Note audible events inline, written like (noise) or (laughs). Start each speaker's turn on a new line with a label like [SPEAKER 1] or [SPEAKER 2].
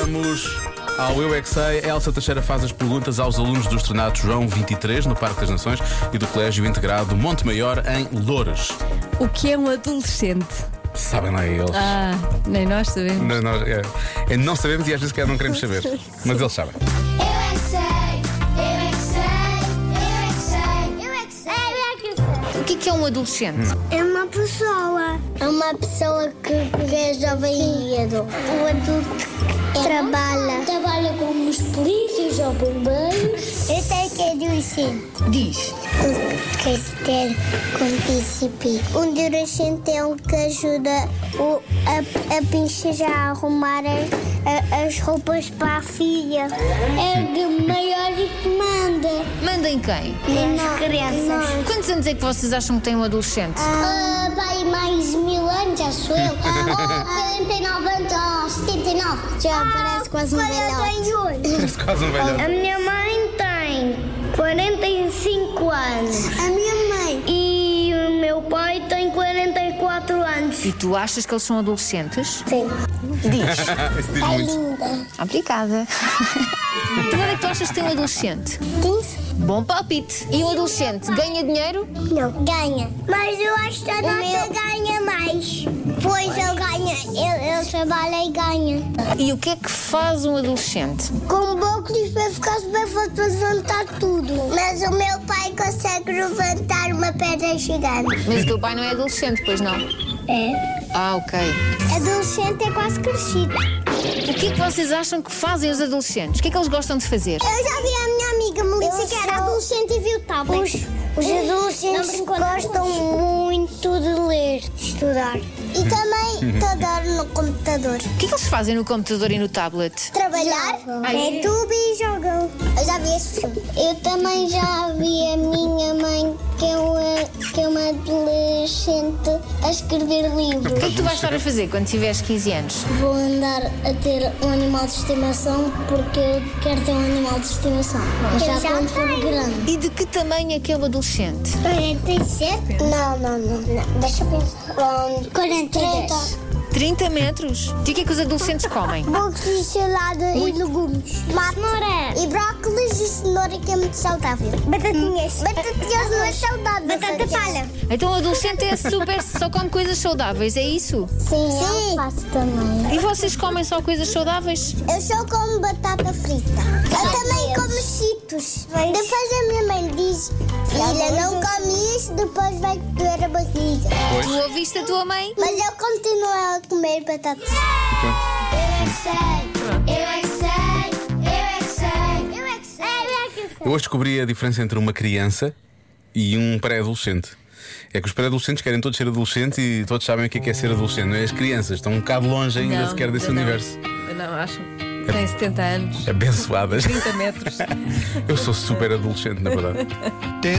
[SPEAKER 1] Vamos ao Eu é que Sei. Elsa Teixeira faz as perguntas aos alunos do Estrenato João 23, no Parque das Nações, e do Colégio Integrado Monte Maior, em Loures.
[SPEAKER 2] O que é um adolescente?
[SPEAKER 1] Sabem lá eles.
[SPEAKER 2] Ah, nem nós sabemos.
[SPEAKER 1] Não, nós, é, é, não sabemos e às vezes calhar não
[SPEAKER 2] (laughs)
[SPEAKER 1] queremos saber. Mas eles sabem.
[SPEAKER 3] Eu é que sei, eu é que sei, eu é que sei, eu é que sei, eu
[SPEAKER 4] O que é que é um adolescente?
[SPEAKER 3] é que sei. É uma pessoa. É uma pessoa que é jovem e adulto. O adulto que trabalha. Trabalha como os polícias ou bombeiros. Eu sei que é adolescente.
[SPEAKER 4] Diz.
[SPEAKER 3] Quer ter com PCP. Um adolescente é um que ajuda o, a, a pincher a arrumar as, a- as roupas para a filha. É o de maior e que manda.
[SPEAKER 4] Mandem quem?
[SPEAKER 3] Nas crianças.
[SPEAKER 4] Quantos anos é que vocês acham que tem um adolescente?
[SPEAKER 3] ah, Vai mais mil anos, acho eu. (laughs) Ah, 49 anos ah, ou 79. Já parece quase um velhote.
[SPEAKER 1] Parece quase um velhote.
[SPEAKER 3] A minha mãe tem 45 anos. (laughs) A minha mãe. E o meu pai tem 44 anos.
[SPEAKER 4] E tu achas que eles são adolescentes?
[SPEAKER 3] Sim.
[SPEAKER 4] Diz.
[SPEAKER 1] Isso diz muito.
[SPEAKER 3] Tá linda.
[SPEAKER 4] (laughs) Obrigada. Que idade é que tu achas que tem um adolescente?
[SPEAKER 3] 15?
[SPEAKER 4] Bom palpite. E um adolescente ganha dinheiro?
[SPEAKER 3] Não. Ganha. Mas eu acho que a nota ganha mais. Pois eu ganho. Eu, eu trabalho e ganho.
[SPEAKER 4] E o que é que faz um adolescente?
[SPEAKER 3] Com um bóculos para ficar super forte para levantar tudo. Mas o meu pai consegue levantar uma pedra gigante.
[SPEAKER 4] Mas o teu pai não é adolescente, pois não?
[SPEAKER 3] É.
[SPEAKER 4] Ah, ok.
[SPEAKER 3] Adolescente é quase crescido.
[SPEAKER 4] O que é que vocês acham que fazem os adolescentes? O que é que eles gostam de fazer?
[SPEAKER 3] Eu já vi a minha amiga Melissa que era adolescente e viu tablet. Os, os adolescentes gostam muito de ler, de estudar. E também de andar no computador.
[SPEAKER 4] O que é que eles fazem no computador e no tablet?
[SPEAKER 3] Trabalhar, é tubo e jogam. Eu já vi esse filme. Eu também já vi a minha mãe, que é uma, que é uma adolescente, a escrever livros.
[SPEAKER 4] O que é que tu vais estar a fazer quando tiveres 15 anos?
[SPEAKER 3] Vou andar a ter um animal de estimação porque eu quero ter um animal de estimação. já quando for grande.
[SPEAKER 4] E de que tamanho é que é o adolescente?
[SPEAKER 3] 47? Não, não, não, não. Deixa eu pensar. Um, 43.
[SPEAKER 4] 30 metros? E o que é que os adolescentes comem?
[SPEAKER 3] Bocos de salada e legumes. Cenoura. E brócolis e cenoura que é muito saudável. Batatinhas. Batatinhas não é saudável. Batata palha.
[SPEAKER 4] Então o adolescente é super. só come coisas saudáveis, é isso?
[SPEAKER 3] Sim, eu faço também.
[SPEAKER 4] E vocês comem só coisas saudáveis?
[SPEAKER 3] Eu só como batata frita. Eu também como cheetos. Depois a minha mãe diz, filha, não come isso, depois vai doer a barriga.
[SPEAKER 4] Tu ouviste a tua mãe?
[SPEAKER 3] Mas eu continuo a comer batatas. Eu é que sei, eu é que sei, eu é que sei, eu é que sei, eu é que sei.
[SPEAKER 1] Eu hoje descobri a diferença entre uma criança e um pré-adolescente. É que os pré-adolescentes querem todos ser adolescentes e todos sabem o que é, que é ser adolescente, não é? As crianças estão um bocado longe ainda
[SPEAKER 2] Não,
[SPEAKER 1] sequer desse
[SPEAKER 2] não.
[SPEAKER 1] universo. É.
[SPEAKER 2] Eu não acho. Tem 70 anos, (laughs)
[SPEAKER 1] Abençoadas. (laughs)
[SPEAKER 2] 30 metros.
[SPEAKER 1] Eu sou super adolescente, na verdade.